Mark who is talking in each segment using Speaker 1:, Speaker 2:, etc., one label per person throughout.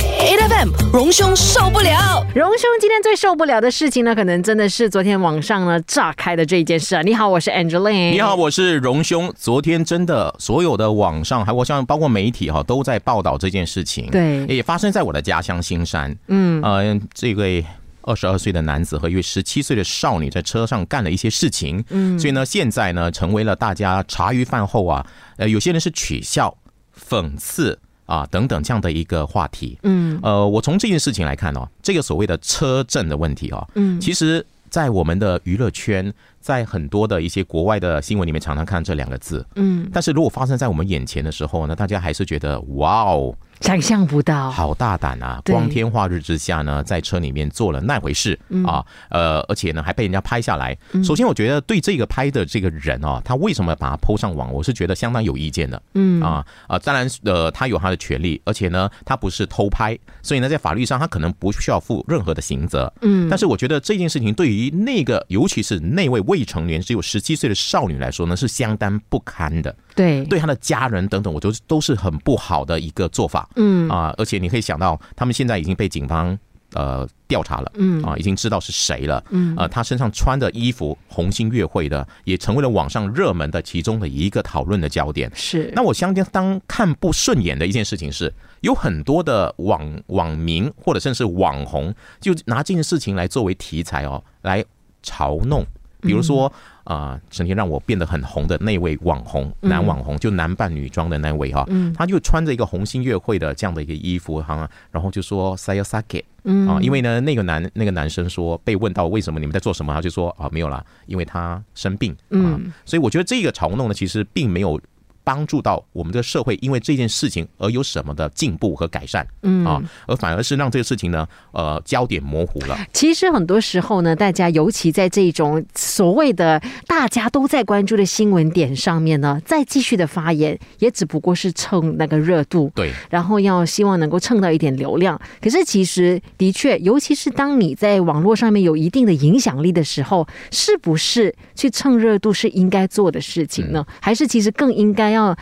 Speaker 1: FM，荣兄受不了。
Speaker 2: 荣兄今天最受不了的事情呢，可能真的是昨天网上呢炸开的这一件事啊。你好，我是 Angeline。
Speaker 3: 你好，，我是荣兄。昨天真的所有的网上，还有像包括媒体哈、都在报道这件事情。
Speaker 2: 对
Speaker 3: 也发生在我的家乡新山。嗯，呃，这位。二十二岁的男子和一位十七岁的少女在车上干了一些事情，嗯，所以呢，现在呢，成为了大家茶余饭后啊，呃，有些人是取笑、讽刺啊等等这样的一个话题，嗯，呃，我从这件事情来看哦，这个所谓的车震的问题哦，嗯，其实，在我们的娱乐圈，在很多的一些国外的新闻里面，常常看这两个字，嗯，但是如果发生在我们眼前的时候呢，大家还是觉得哇哦，
Speaker 2: 想象不到，
Speaker 3: 好大胆啊！
Speaker 2: 对
Speaker 3: 光天化日之下呢，在车里面做了那回事、啊，呃，而且呢还被人家拍下来。首先，我觉得对这个拍的这个人啊，他为什么把他抛上网，我是觉得相当有意见的。嗯啊啊，当然呃，他有他的权利，而且呢，他不是偷拍，所以呢，在法律上他可能不需要负任何的刑责。嗯，但是我觉得这件事情对于那个，尤其是那位未成年只有十七岁的少女来说呢，是相当不堪的。
Speaker 2: 对
Speaker 3: 对他的家人等等，我觉得都是很不好的一个做法。嗯啊、而且你可以想到，他们现在已经被警方呃调查了，嗯啊、已经知道是谁了。嗯啊、他身上穿的衣服红星月会的，也成为了网上热门的其中的一个讨论的焦点。
Speaker 2: 是
Speaker 3: 那我相当看不顺眼的一件事情是，有很多的网网民或者甚至网红，就拿这件事情来作为题材哦，来嘲弄。比如说，啊，曾经让我变得很红的那位网红，男网红，就男扮女装的那位哈、他就穿着一个红星乐会的这样的一个衣服哈、然后就说 s a y a s a k e 啊，因为呢，那个男那个男生说被问到为什么你们在做什么，他就说啊没有啦，因为他生病啊、所以我觉得这个嘲弄呢，其实并没有帮助到我们这个社会，因为这件事情而有什么的进步和改善，嗯啊，而反而是让这个事情呢，呃，焦点模糊了。
Speaker 2: 其实很多时候呢，大家尤其在这种所谓的大家都在关注的新闻点上面呢，再继续的发言，也只不过是蹭那个热度。
Speaker 3: 对，
Speaker 2: 然后要希望能够蹭到一点流量，可是其实的确，尤其是当你在网络上面有一定的影响力的时候，是不是去蹭热度是应该做的事情呢？还是其实更应该要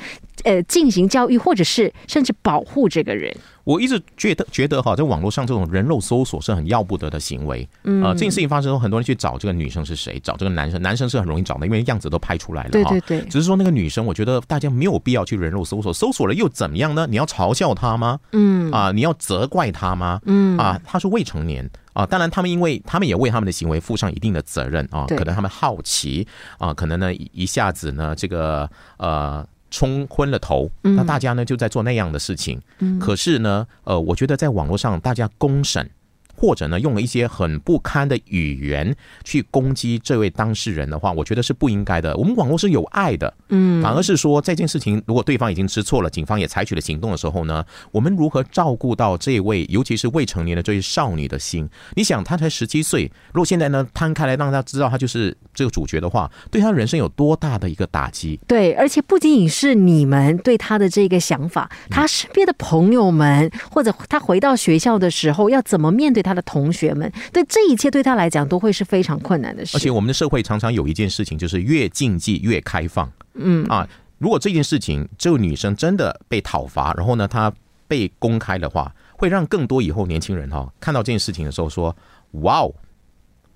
Speaker 2: 呃进行教育，或者是甚至保护这个人？
Speaker 3: 我一直觉得觉得哈，在网络上这种人肉搜索是很要不得的行为。嗯，呃，这件事情发生后，很多人去找这个女生是谁，找这个男生，男生是很容易找的，因为样子都拍出来了。
Speaker 2: 对
Speaker 3: 哈
Speaker 2: 对对
Speaker 3: 只是说那个女生，我觉得大家没有必要去人肉搜索，搜索了又怎么样呢？你要嘲笑她吗？嗯啊，你要责怪她吗？嗯啊，她是未成年。啊，当然，他们因为他们也为他们的行为负上一定的责任啊，
Speaker 2: 对
Speaker 3: 可能他们好奇啊，可能呢一一下子呢这个呃冲昏了头，那大家呢就在做那样的事情。可是呢，呃，我觉得在网络上大家公审。或者呢，用了一些很不堪的语言去攻击这位当事人的话，我觉得是不应该的。我们网络是有爱的，嗯，反而是说这件事情，如果对方已经知错了，警方也采取了行动的时候呢，我们如何照顾到这位，尤其是未成年的这位少女的心？你想，她才十七岁，如果现在呢摊开来让她知道她就是这个主角的话，对她人生有多大的一个打击？
Speaker 2: 对，而且不仅仅是你们对他的这个想法，他身边的朋友们，或者他回到学校的时候要怎么面对他的同学们，对这一切对他来讲都会是非常困难的事。
Speaker 3: 而且我们的社会常常有一件事情，就是越禁忌越开放。嗯啊，如果这件事情这个女生真的被讨伐，然后呢，她被公开的话，会让更多以后年轻人哈、看到这件事情的时候说：“哇哦，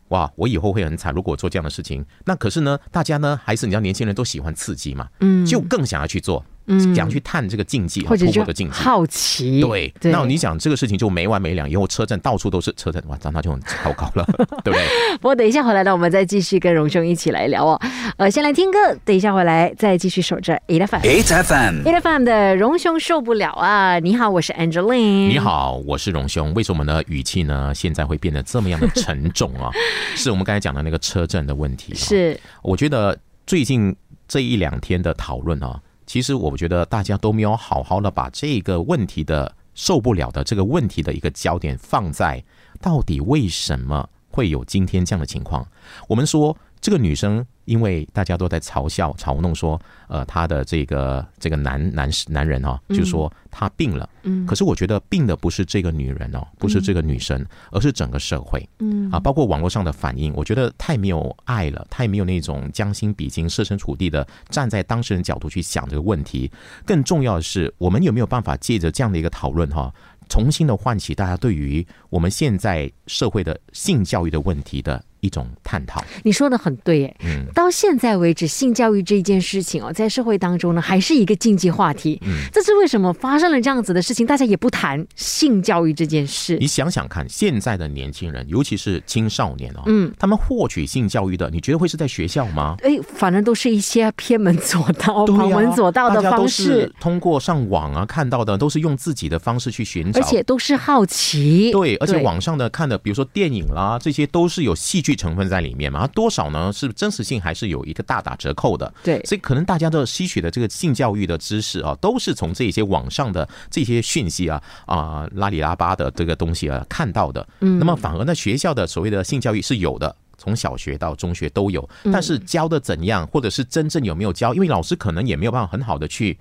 Speaker 3: 哇，我以后会很惨，如果我做这样的事情。”那可是呢，大家呢还是你知道，年轻人都喜欢刺激嘛，嗯，就更想要去做，嗯，想要去探这个禁忌和
Speaker 2: 或者
Speaker 3: 突
Speaker 2: 就
Speaker 3: 破的禁忌。
Speaker 2: 好奇，
Speaker 3: 对，
Speaker 2: 对
Speaker 3: 那你想这个事情就没完没了，以后车站到处都是车站，哇，那就很糟糕了， 对不对？
Speaker 2: 不过等一下回来呢，我们再继续跟荣兄一起来聊哦。呃，先来听歌，等一下回来再继续守着 e l e p h a n t
Speaker 4: H F M
Speaker 2: e l e p h a n t 的荣兄受不了啊！你好，我是 Angeline。
Speaker 3: 你。好，我是荣兄。为什么我们的语气呢？现在会变得这么样的沉重啊？是我们刚才讲的那个车震的问题、啊。，
Speaker 2: 是，
Speaker 3: 我觉得最近这一两天的讨论啊，其实我觉得大家都没有好好的把这个问题的受不了的这个问题的一个焦点放在到底为什么会有今天这样的情况。我们说这个女生，因为大家都在嘲笑、嘲弄说，呃，她的这个这个男男男人哦，就说她病了。嗯。可是我觉得病的不是这个女人哦，不是这个女生，而是整个社会。嗯。啊，包括网络上的反应，我觉得太没有爱了，太没有那种将心比心、设身处地的站在当事人角度去想这个问题。更重要的是，我们有没有办法借着这样的一个讨论哈、重新的唤起大家对于我们现在社会的性教育的问题的一种探讨。
Speaker 2: 你说的很对，耶。
Speaker 3: 嗯
Speaker 2: 到现在为止，性教育这件事情哦，在社会当中呢，还是一个禁忌话题。
Speaker 3: 嗯
Speaker 2: 这是为什么发生了这样子的事情，大家也不谈性教育这件事
Speaker 3: 你。想想看，现在的年轻人，尤其是青少年哦，
Speaker 2: 嗯，
Speaker 3: 他们获取性教育的，你觉得会是在学校吗？
Speaker 2: 哎，反正都是一些偏门左道、
Speaker 3: 对
Speaker 2: 哦
Speaker 3: 啊
Speaker 2: 旁门左道的
Speaker 3: 大家
Speaker 2: 方
Speaker 3: 都
Speaker 2: 式
Speaker 3: 是，通过上网啊看到的，都是用自己的方式去寻找，
Speaker 2: 而且都是好奇。
Speaker 3: 对，而且网上的看的，比如说电影啦，这些都是有戏剧成分在里面嘛，多少呢是真实性还是有一个大打折扣的。
Speaker 2: 对
Speaker 3: 所以可能大家的吸取的这个性教育的知识啊，都是从这些网上的这些讯息啊啊、拉里拉巴的这个东西啊看到的。嗯，那么反而呢，学校的所谓的性教育是有的。从小学到中学都有，但是教的怎样，或者是真正有没有教，因为老师可能也没有办法很好的去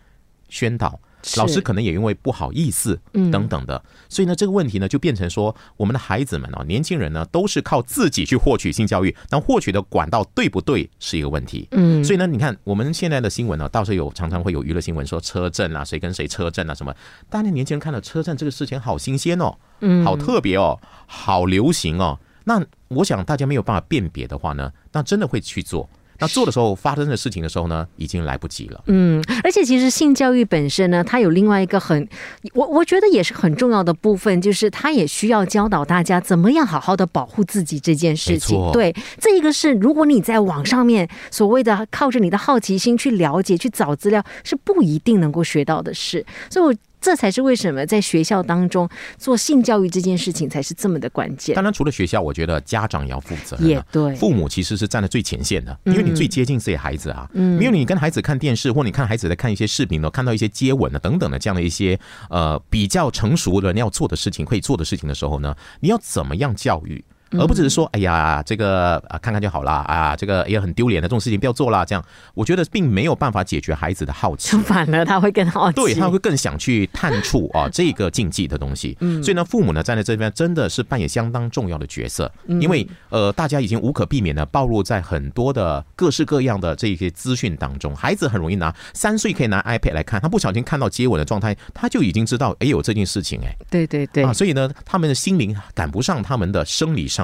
Speaker 3: 宣导，
Speaker 2: 是
Speaker 3: 老师可能也因为不好意思，等等的，所以呢，这个问题呢就变成说，我们的孩子们啊，年轻人呢，都是靠自己去获取性教育，那获取的管道对不对是一个问题。嗯，所以呢，你看我们现在的新闻呢、到时候有常常会有娱乐新闻说车震啊，谁跟谁车震啊什么，但是年轻人看到车震这个事情好新鲜哦，嗯，好特别哦，好流行哦。那我想大家没有办法辨别的话呢，那真的会去做。那做的时候发生的事情的时候呢，已经来不及了。
Speaker 2: 嗯，而且其实性教育本身呢，它有另外一个很，我我觉得也是很重要的部分，就是它也需要教导大家怎么样好好的保护自己这件事情
Speaker 3: 没。错
Speaker 2: 对，这一个是如果你在网上面所谓的靠着你的好奇心去了解、去找资料，是不一定能够学到的事。所以我。这才是为什么在学校当中做性教育这件事情才是这么的关键。
Speaker 3: 当然，除了学校，我觉得家长也要负责任啊、
Speaker 2: 也对嗯
Speaker 3: 父母其实是站在最前线的，因为你最接近自己孩子啊。嗯，没有你跟孩子看电视，或你看孩子在看一些视频呢，看到一些接吻啊等等的这样的一些呃比较成熟的人要做的事情，可以做的事情的时候呢，你要怎么样教育？
Speaker 2: 嗯
Speaker 3: 而不只是说，哎呀，这个啊，看看就好啦，啊，这个也很丢脸的，这种事情不要做啦。这样，我觉得并没有办法解决孩子的好奇
Speaker 2: 相 反了，他会更好奇。
Speaker 3: 对，他会更想去探触啊这个禁忌的东西。所以呢，父母呢站在这边真的是扮演相当重要的角色，因为呃，大家已经无可避免的暴露在很多的各式各样的这些资讯当中。孩子很容易拿三岁可以拿 iPad 来看，他不小心看到接吻的状态，他就已经知道哎有这件事情哎、
Speaker 2: 对对对
Speaker 3: 啊，所以呢，他们的心灵赶不上他们的生理上。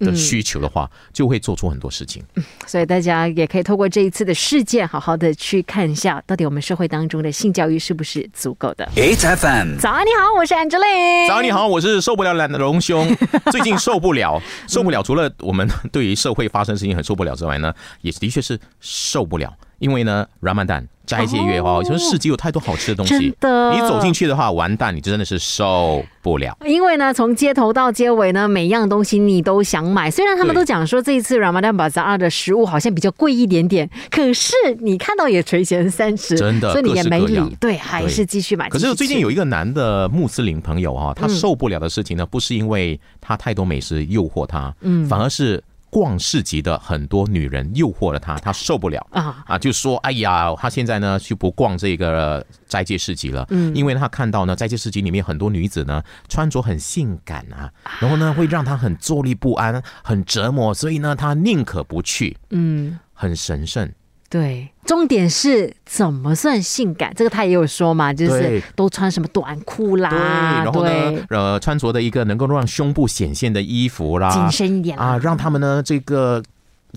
Speaker 3: 的需求的话，就会做出很多事情。
Speaker 2: 所以大家也可以透过这一次的事件，好好的去看一下，到底我们社会当中的性教育是不是足够的。
Speaker 4: 8FM.
Speaker 2: 早安，你好，我是 Angeline。
Speaker 3: 早上你。好，我是受不了懒的荣 兄，最近受不了，受不了。除了我们对于社会发生事情很受不了之外呢，也的确是受不了，因为呢，Ramadan 斋戒月哦，就是市集有太多好吃的东西
Speaker 2: 真，的
Speaker 3: 你走进去的话，完蛋，你真的是受不了。
Speaker 2: 因为呢，从街头到街尾呢，每样东西你都想买。虽然他们
Speaker 3: 对
Speaker 2: 都讲说这一次 Ramadan Bazaar 的食物好像比较贵一点点，可是你看到也垂涎三尺，
Speaker 3: 真的
Speaker 2: 所以你也没
Speaker 3: 各式各
Speaker 2: 理
Speaker 3: 样，
Speaker 2: 对，还是继续买。嗯
Speaker 3: 可是
Speaker 2: 哎继
Speaker 3: 最
Speaker 2: 续
Speaker 3: 近
Speaker 2: 吃
Speaker 3: 有一个男的穆斯林朋友哈、他受不了的事情呢，不是因为他太多美食诱惑他，嗯，反而是逛市集的很多女人诱惑了他，他受不了
Speaker 2: 啊
Speaker 3: 啊，就说哎呀，他现在呢就不逛这个斋戒市集了，嗯，因为他看到呢斋戒市集里面很多女子呢穿着很性感啊，然后呢会让他很坐立不安，很折磨，所以呢他宁可不去，
Speaker 2: 嗯，
Speaker 3: 很神圣。
Speaker 2: 对，重点是怎么算性感？这个他也有说嘛，就是
Speaker 3: 对
Speaker 2: 都穿什么短裤啦，
Speaker 3: 对，然后
Speaker 2: 啊对
Speaker 3: 呢，呃，穿着的一个能够让胸部显现的衣服啦，
Speaker 2: 紧身一点啦
Speaker 3: 啊，让他们呢这个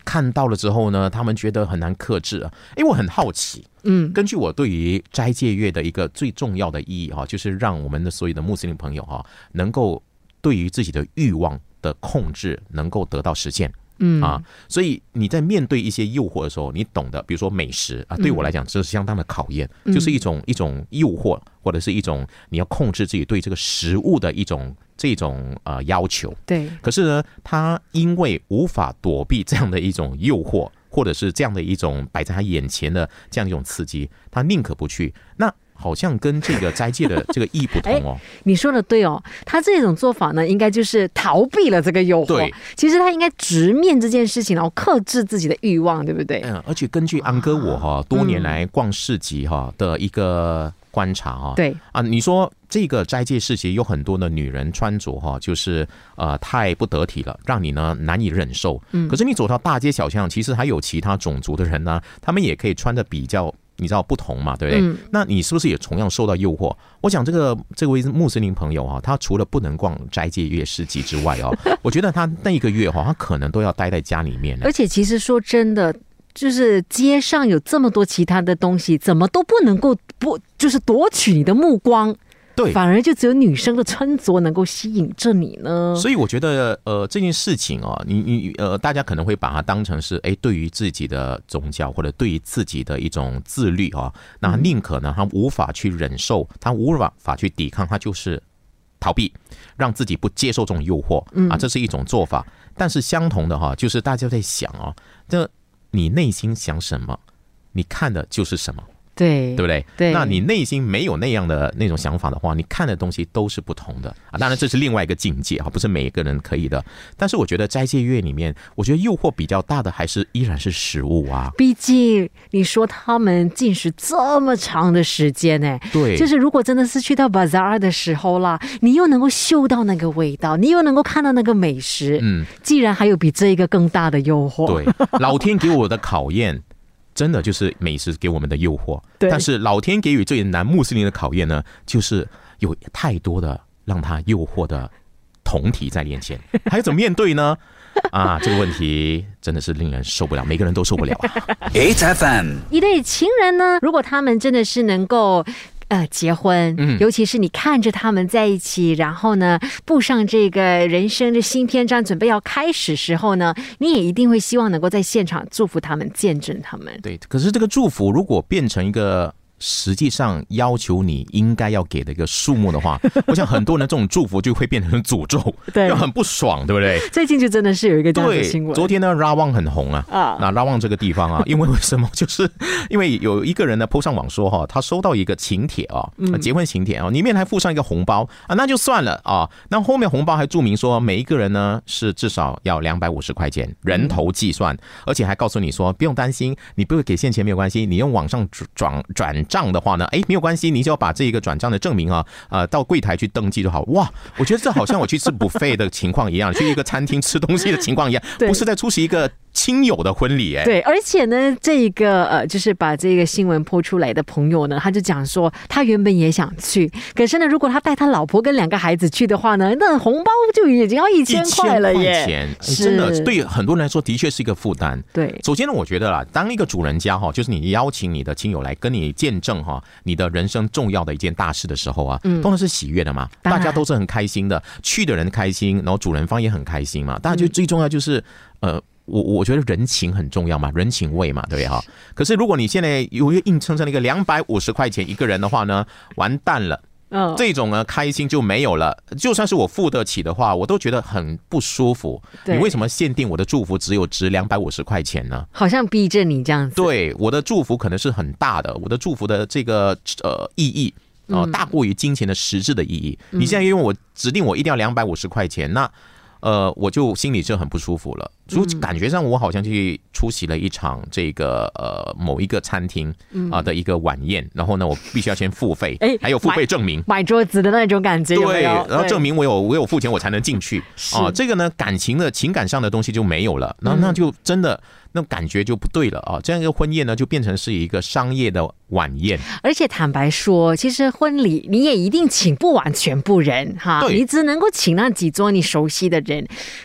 Speaker 3: 看到了之后呢，他们觉得很难克制啊。因为我很好奇，嗯，根据我对于斋戒月的一个最重要的意义哈、就是让我们的所有的穆斯林朋友哈、能够对于自己的欲望的控制能够得到实现。嗯啊，所以你在面对一些诱惑的时候，你懂得，比如说美食啊，对我来讲这是相当的考验，就是一种一种诱惑，或者是一种你要控制自己对这个食物的一种这种呃要求。
Speaker 2: 对，
Speaker 3: 可是呢，他因为无法躲避这样的一种诱惑，或者是这样的一种摆在他眼前的这样一种刺激，他宁可不去。那好像跟这个斋戒的这个意义不同哦。
Speaker 2: 你说的对哦，他这种做法呢，应该就是逃避了这个诱惑
Speaker 3: 对。
Speaker 2: 其实他应该直面这件事情，然后克制自己的欲望，对不对？
Speaker 3: 嗯，而且根据安哥我哈、多年来逛市集哈、的一个观察哈、
Speaker 2: 对，
Speaker 3: 啊，你说这个斋戒市集有很多的女人穿着哈、就是呃太不得体了，让你呢难以忍受。嗯，可是你走到大街小巷，其实还有其他种族的人呢、他们也可以穿的比较你知道不同嘛，对不对？那你是不是也同样受到诱惑？我想这个这位穆斯林朋友啊，他除了不能逛斋戒月市集之外哦， 我觉得他那一个月哈、他可能都要待在家里面呢
Speaker 2: 而。且其实说真的，就是街上有这么多其他的东西，怎么都不能够不就是夺取你的目光，
Speaker 3: 对，
Speaker 2: 反而就只有女生的穿着能够吸引着你呢。
Speaker 3: 所以我觉得，呃，这件事情哦，你你呃，大家可能会把它当成是，哎，对于自己的宗教或者对于自己的一种自律哦，那宁可呢，他无法去忍受，他无法法去抵抗，他就是逃避，让自己不接受这种诱惑啊，这是一种做法。但是相同的哈、就是大家在想哦，这你内心想什么，你看的就是什么。
Speaker 2: 对
Speaker 3: 对不对？
Speaker 2: 对
Speaker 3: 那你内心没有那样的那种想法的话，你看的东西都是不同的啊。当然，这是另外一个境界啊，不是每一个人可以的。但是我觉得斋戒月里面，我觉得诱惑比较大的还是依然是食物 啊。
Speaker 2: 毕竟你说他们进食这么长的时间呢、
Speaker 3: 对，
Speaker 2: 就是如果真的是去到 bazaar 的时候啦，你又能够嗅到那个味道，你又能够看到那个美食，
Speaker 3: 嗯，
Speaker 2: 既然还有比这一个更大的诱惑，
Speaker 3: 对，老天给我的考验。真的就是美食给我们的诱惑，
Speaker 2: 对
Speaker 3: 但是老天给予最难穆斯林的考验呢，就是有太多的让他诱惑的同体在面前，还要怎么面对呢？啊，这个问题真的是令人受不了，每个人都受不了啊。
Speaker 4: 8FM.
Speaker 2: 一对情人呢，如果他们真的是能够。呃，结婚，
Speaker 3: 嗯
Speaker 2: 尤其是你看着他们在一起，然后呢，步上这个人生的新篇章，准备要开始时候呢，你也一定会希望能够在现场祝福他们，见证他们。
Speaker 3: 对，可是这个祝福如果变成一个实际上要求你应该要给的一个数目 的话，我想很多人这种祝福就会变成诅咒，
Speaker 2: 对
Speaker 3: 就很不爽，对不对？
Speaker 2: 最近就真的是有一个这样的新
Speaker 3: 对，
Speaker 2: 闻，
Speaker 3: 昨天呢，拉旺很红啊。
Speaker 2: 啊，
Speaker 3: 那拉旺这个 地方啊，因为为什么？ 就是因为有一个人呢，p o 上网说哈、他收到一个请帖啊，
Speaker 2: 嗯
Speaker 3: 结婚请帖啊，里面还附上一个红包啊，那就算了啊。那后面红包还注明说，每一个人呢是至少要两百五十块钱，人头计算，而且还告诉你说，不用担心，你不会给现钱没有关系，你用网上转转转账的话呢，哎，没有关系，你只要把这一个转账的证明啊，呃，到柜台去登记就好。哇，我觉得这好像我去吃 buffet 的情况一样，去一个餐厅吃东西的情况一样，
Speaker 2: 对
Speaker 3: 不是在出席一个亲友的婚礼哎、
Speaker 2: 对，而且呢，这一个呃，就是把这个新闻播出来的朋友呢，他就讲说，他原本也想去，可是呢，如果他带他老婆跟两个孩子去的话呢，那红包就已经要一
Speaker 3: 一
Speaker 2: 千块了耶，
Speaker 3: 钱，哎
Speaker 2: 是
Speaker 3: 真的对很多人来说的确是一个负担。
Speaker 2: 对。
Speaker 3: 首先呢，我觉得啦，当一个主人家哈，就是你邀请你的亲友来跟你见证哈你的人生重要的一件大事的时候啊，嗯，当然是喜悦的嘛，
Speaker 2: 当
Speaker 3: 大
Speaker 2: 然
Speaker 3: 家都是很开心的，去的人开心，然后主人方也很开心
Speaker 2: 嗯
Speaker 3: 嘛。当然就最重要就是、呃。我我觉得人情很重要嘛，人情味嘛，对不对哈？可是如果你现在由于硬撑成了一个两百五十块钱一个人的话呢，完蛋了，
Speaker 2: 嗯，
Speaker 3: 这种呢开心就没有了。就算是我付得起的话，我都觉得很不舒服。
Speaker 2: 对
Speaker 3: 你为什么限定我的祝福只有值两百五十块钱呢？
Speaker 2: 好像逼着你这样子。
Speaker 3: 对，我的祝福可能是很大的，我的祝福的这个呃意义。
Speaker 2: 嗯
Speaker 3: 呃，大过于金钱的实质的意义。你现在因为我指定我一定要两百五十块钱，那呃，我就心里就很不舒服了，就
Speaker 2: 嗯
Speaker 3: 感觉上我好像去出席了一场这个呃某一个餐厅啊、的一个晚宴，然后呢，我必须要先付费
Speaker 2: 嗯哎，
Speaker 3: 还有付
Speaker 2: 买
Speaker 3: 费证明。
Speaker 2: 买桌子的那种感觉有没
Speaker 3: 对，
Speaker 2: 有？
Speaker 3: 然后证明我有我有付钱，我才能进去啊。
Speaker 2: 是嗯
Speaker 3: 这个呢，感情的情感上的东西就没有了，那那就真的那感觉就不对了啊。这样一个婚宴呢，就变成是一个商业的晚宴，
Speaker 2: 对而且坦白说，其实婚礼你也一定请不完全部人哈，
Speaker 3: 对
Speaker 2: 你只能够请那几桌你熟悉的人。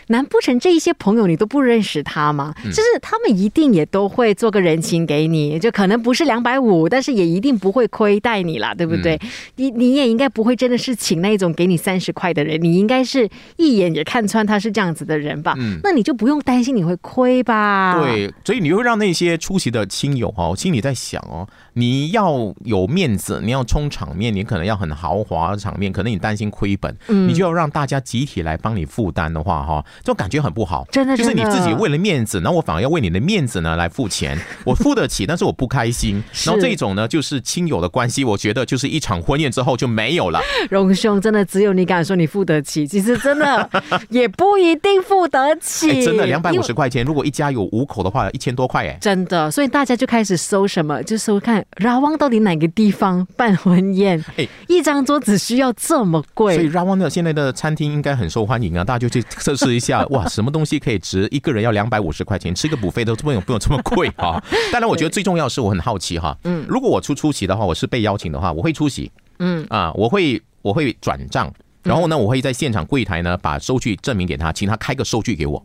Speaker 2: 难不成这一些朋友你都不认识他吗？
Speaker 3: 嗯
Speaker 2: 就是他们一定也都会做个人情给你，就可能不是两百五，但是也一定不会亏待你啦，对不对？
Speaker 3: 嗯
Speaker 2: 你你也应该不会真的是请那种给你三十块的人，你应该是一眼也看穿他是这样子的人吧？那你就不用担心你会亏吧？。
Speaker 3: 嗯对，所以你会让那些出席的亲友哦，我心里在想哦，你要有面子，你要冲场面，你可能要很豪华的场面，可能你担心亏本，
Speaker 2: 嗯
Speaker 3: 你就要让大家集体来帮你负担的话哈，就感觉很不好。
Speaker 2: 真的
Speaker 3: 就是你
Speaker 2: 真的
Speaker 3: 自己为了面子，然后我反而要为你的面子呢来 付钱，我付得起，但是我不开心。
Speaker 2: 是
Speaker 3: 然后这种呢，就是亲友的关系，我觉得就是一场婚宴之后就没有了。
Speaker 2: 荣兄，真的只有你敢说你付得起，其实真的也不一定付得起。
Speaker 3: 哎，真的，两百
Speaker 2: 因
Speaker 3: 五
Speaker 2: 为
Speaker 3: 十块钱，如果一家有五口的话，一千多块哎。
Speaker 2: 真的，所以大家就开始搜什么，就搜看看拉旺到底哪个地方办婚宴？
Speaker 3: 哎
Speaker 2: 一张桌子需要这么
Speaker 3: 所以
Speaker 2: 贵？
Speaker 3: 拉旺的现在的餐厅应该很受欢迎啊，大家就去测试一下，哇，什么东西可以值一个人要两百五十块钱，吃个补费都不用不用这么贵啊。当然，我觉得最重要的是我很好奇哈，嗯，如果我出出席的话，我是被邀请的话，我会出席，
Speaker 2: 嗯
Speaker 3: 啊，我会我会转账。然后呢，我会在现场柜台呢把收据证明给他，请他开个收据给我。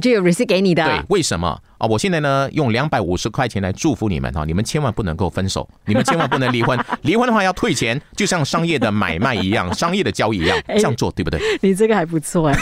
Speaker 2: 就有 receipt 给你的
Speaker 3: 对
Speaker 2: 啊，，
Speaker 3: 为什么啊？我现在呢用两百五十块钱来祝福你们哈，你们千万不能够分手，你们千万不能离婚， 离婚的话要退钱，就像商业的买卖一样，商业的交易一样，
Speaker 2: 哎
Speaker 3: 这样做对不对？
Speaker 2: 你这个还不错 哎、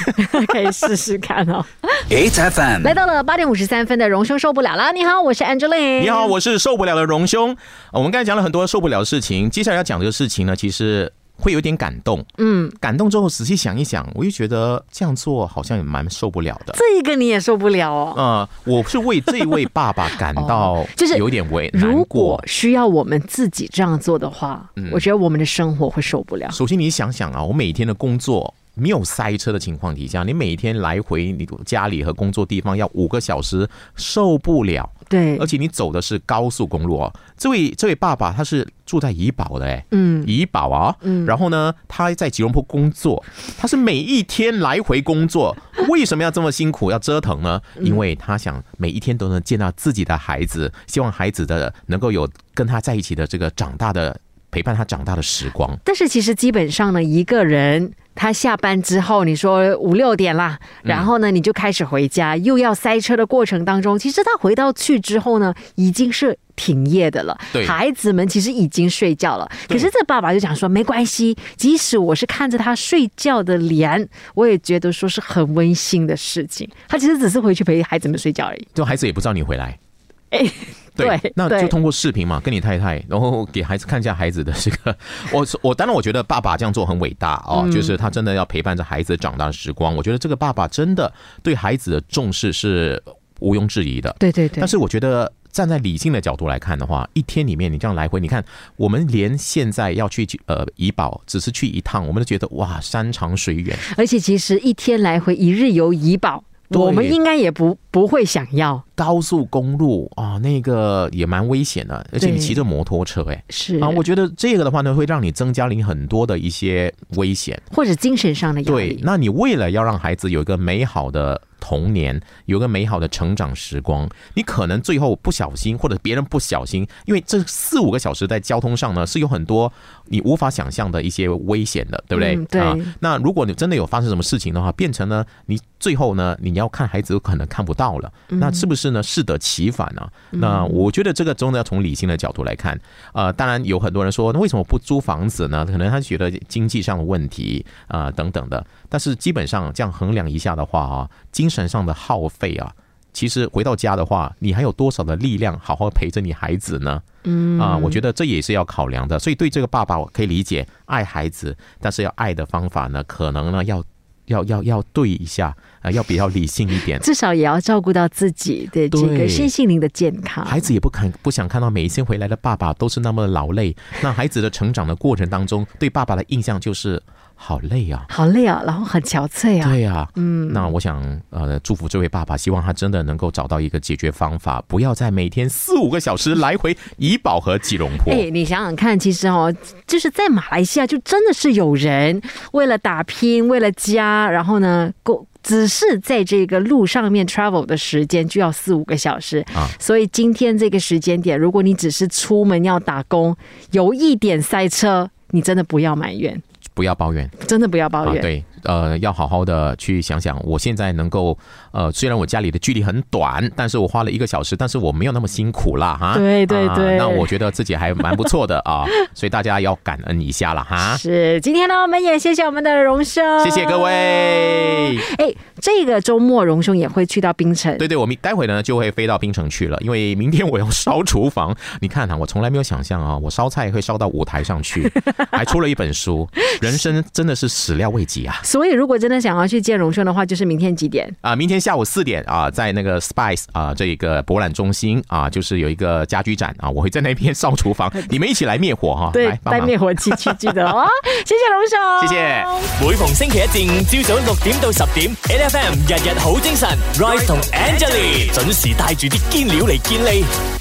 Speaker 2: 可以试试看哦。
Speaker 3: 嗯
Speaker 4: 8FM.
Speaker 2: 来到了八点五十三分的荣兄受不了啦！你好，我是 Angeline。
Speaker 3: 你好，我是受不了的荣兄。呃我们刚才讲了很多受不了的事情，接下来要讲这个事情呢，其实会有点感动。
Speaker 2: 嗯，
Speaker 3: 感动之后仔细想一想，我就觉得这样做好像也蛮受不了的。
Speaker 2: 这个你也受不了哦。
Speaker 3: 呃，我是为这位爸爸感到
Speaker 2: 哦就是
Speaker 3: 有点为嗯难
Speaker 2: 如
Speaker 3: 过嗯
Speaker 2: 果。需要我们自己这样做的话，我觉得我们的生活会受不了。
Speaker 3: 首先你想想啊，我每天的工作。没有塞车的情况底下，你每天来回你家里和工作地方要五个小时，受不了。
Speaker 2: 对
Speaker 3: 而，且你走的是高速公路哦。这位这位爸爸他是住在怡保的哎，
Speaker 2: 嗯，
Speaker 3: 怡保啊，嗯，然后呢，他在吉隆坡工作，他是每一天来回工作，为什么要这么辛苦要折腾呢？因为他想每一天都能见到自己的孩子，希望孩子的能够有跟他在一起的这个长大的陪伴他长大的时光。
Speaker 2: 但是其实基本上呢，一个人他下班之后，你说五六点啦，
Speaker 3: 嗯
Speaker 2: 然后呢你就开始回家，又要塞车的过程当中，其实他回到去之后呢，已经是。停业的了
Speaker 3: 对，
Speaker 2: 孩子们其实已经睡觉了。可
Speaker 3: 对
Speaker 2: 是这爸爸就讲说，没关系，即使我是看着他睡觉的脸，我也觉得说是很温馨的事情。他其实只是回去陪孩子们睡觉而已。
Speaker 3: 就孩子也不知道你回来。
Speaker 2: 哎对
Speaker 3: 那就
Speaker 2: 对
Speaker 3: 通过视频嘛，跟你太太，然后给孩子看一下孩子的这 个。我我当然我觉得爸爸这样做很伟大哦，
Speaker 2: 嗯
Speaker 3: 就是他真的要陪伴着孩子长大的时光。我觉得这个爸爸真的对孩子的重视是毋庸置疑的。
Speaker 2: 对对对
Speaker 3: 但，是我觉得站在理性的角度来看的话，一天里面你这样来回，你看我们连现在要去呃怡保，只是去一趟，我们都觉得哇山长水远。
Speaker 2: 而且其实一天来回一日游怡保，
Speaker 3: 对
Speaker 2: 我们应该也不不会想要。
Speaker 3: 高速公路啊、那个也蛮危险的，而且你
Speaker 2: 对
Speaker 3: 骑着摩托车、哎，
Speaker 2: 是
Speaker 3: 啊，我觉得这个的话呢，会让你增加了你很多的一些危险。
Speaker 2: 或者精神上的压
Speaker 3: 对
Speaker 2: 力，。
Speaker 3: 那你为了要让孩子有一个美好的童年，有一个美好的成长时光，你可能最后不小心，或者别人不小心，因为这四五个小时在交通上呢，是有很多你无法想象的一些危险的，对不对？
Speaker 2: 嗯对
Speaker 3: 啊。那如果你真的有发生什么事情的话，变成呢，你最后呢，你要看孩子有可能看不到了，
Speaker 2: 嗯
Speaker 3: 那是不是呢？适得其反呢、那我觉得这个真的要从理性的角度来看。呃，当然有很多人说，那为什么不租房子呢？可能他觉得经济上的问题啊、呃等等的。但是基本上这样衡量一下的话啊，精神上的耗费啊。其实回到家的话，你还有多少的力量好好陪着你孩子呢？嗯啊，我觉得这也是要考量的。所以对这个爸爸，我可以理解爱孩子，但是要爱的方法呢，可能呢要要要要对一下啊、呃要比较理性一 点。
Speaker 2: 至少也要照顾到自己的这
Speaker 3: 对
Speaker 2: 个身心灵的健康。
Speaker 3: 孩子也不看不想看到每一天回来的爸爸都是那么的劳累。那孩子的成长的过程当中，对爸爸的印象就是好累啊。
Speaker 2: 好累啊，然后很憔悴啊。
Speaker 3: 对呀、嗯，那我想呃，祝福这位爸爸，希望他真的能够找到一个解决方法，不要再每天四五个小时来回怡保和吉隆坡。
Speaker 2: 哎，你想想看，其实哦，就是在马来西亚，就真的是有人为了打拼，为了家，然后呢，够只是在这个路上面 travel 的时间就要四五个小时
Speaker 3: 啊
Speaker 2: 所以今天这个时间点，如果你只是出门要打工，有一点塞车，你真的不要埋怨，
Speaker 3: 不要抱怨
Speaker 2: 真的不要抱
Speaker 3: 啊，
Speaker 2: 怨。
Speaker 3: 对，呃，要好好的去想想，我现在能够呃，虽然我家里的距离很短，但是我花了一个小时，但是我没有那么辛苦啦哈。
Speaker 2: 对对对
Speaker 3: 啊，那我觉得自己还蛮不错的啊，所以大家要感恩一下了哈。
Speaker 2: 是，今天呢，我们也谢谢我们的荣兄，
Speaker 3: 啊谢谢各。位。
Speaker 2: 哎，这个周末荣兄也会去到冰城，
Speaker 3: 对对，我们待会呢就会飞到槟城去了，因为明天我要烧厨房。你看啊，我从来没有想象啊，我烧菜会烧到舞台上去，还出了一本书，人生真的是始料未及啊！
Speaker 2: 所以如果真的想要去见荣兄的话，就是明天几点？
Speaker 3: 啊，明天下午四点啊，在那个 Spice 啊这个博览中心啊，就是有一个家居展啊，我会在那边 烧厨房，你们一起来灭火哈、
Speaker 2: 对
Speaker 3: 来，帮
Speaker 2: 带
Speaker 3: 忙
Speaker 2: 灭。火器去，记得 哦。谢谢荣兄，
Speaker 3: 谢谢。
Speaker 5: 每逢星期一至五朝早六点到十点，N F M 日日好精神，Rise 同 Angelie 准时带住啲坚料嚟健利。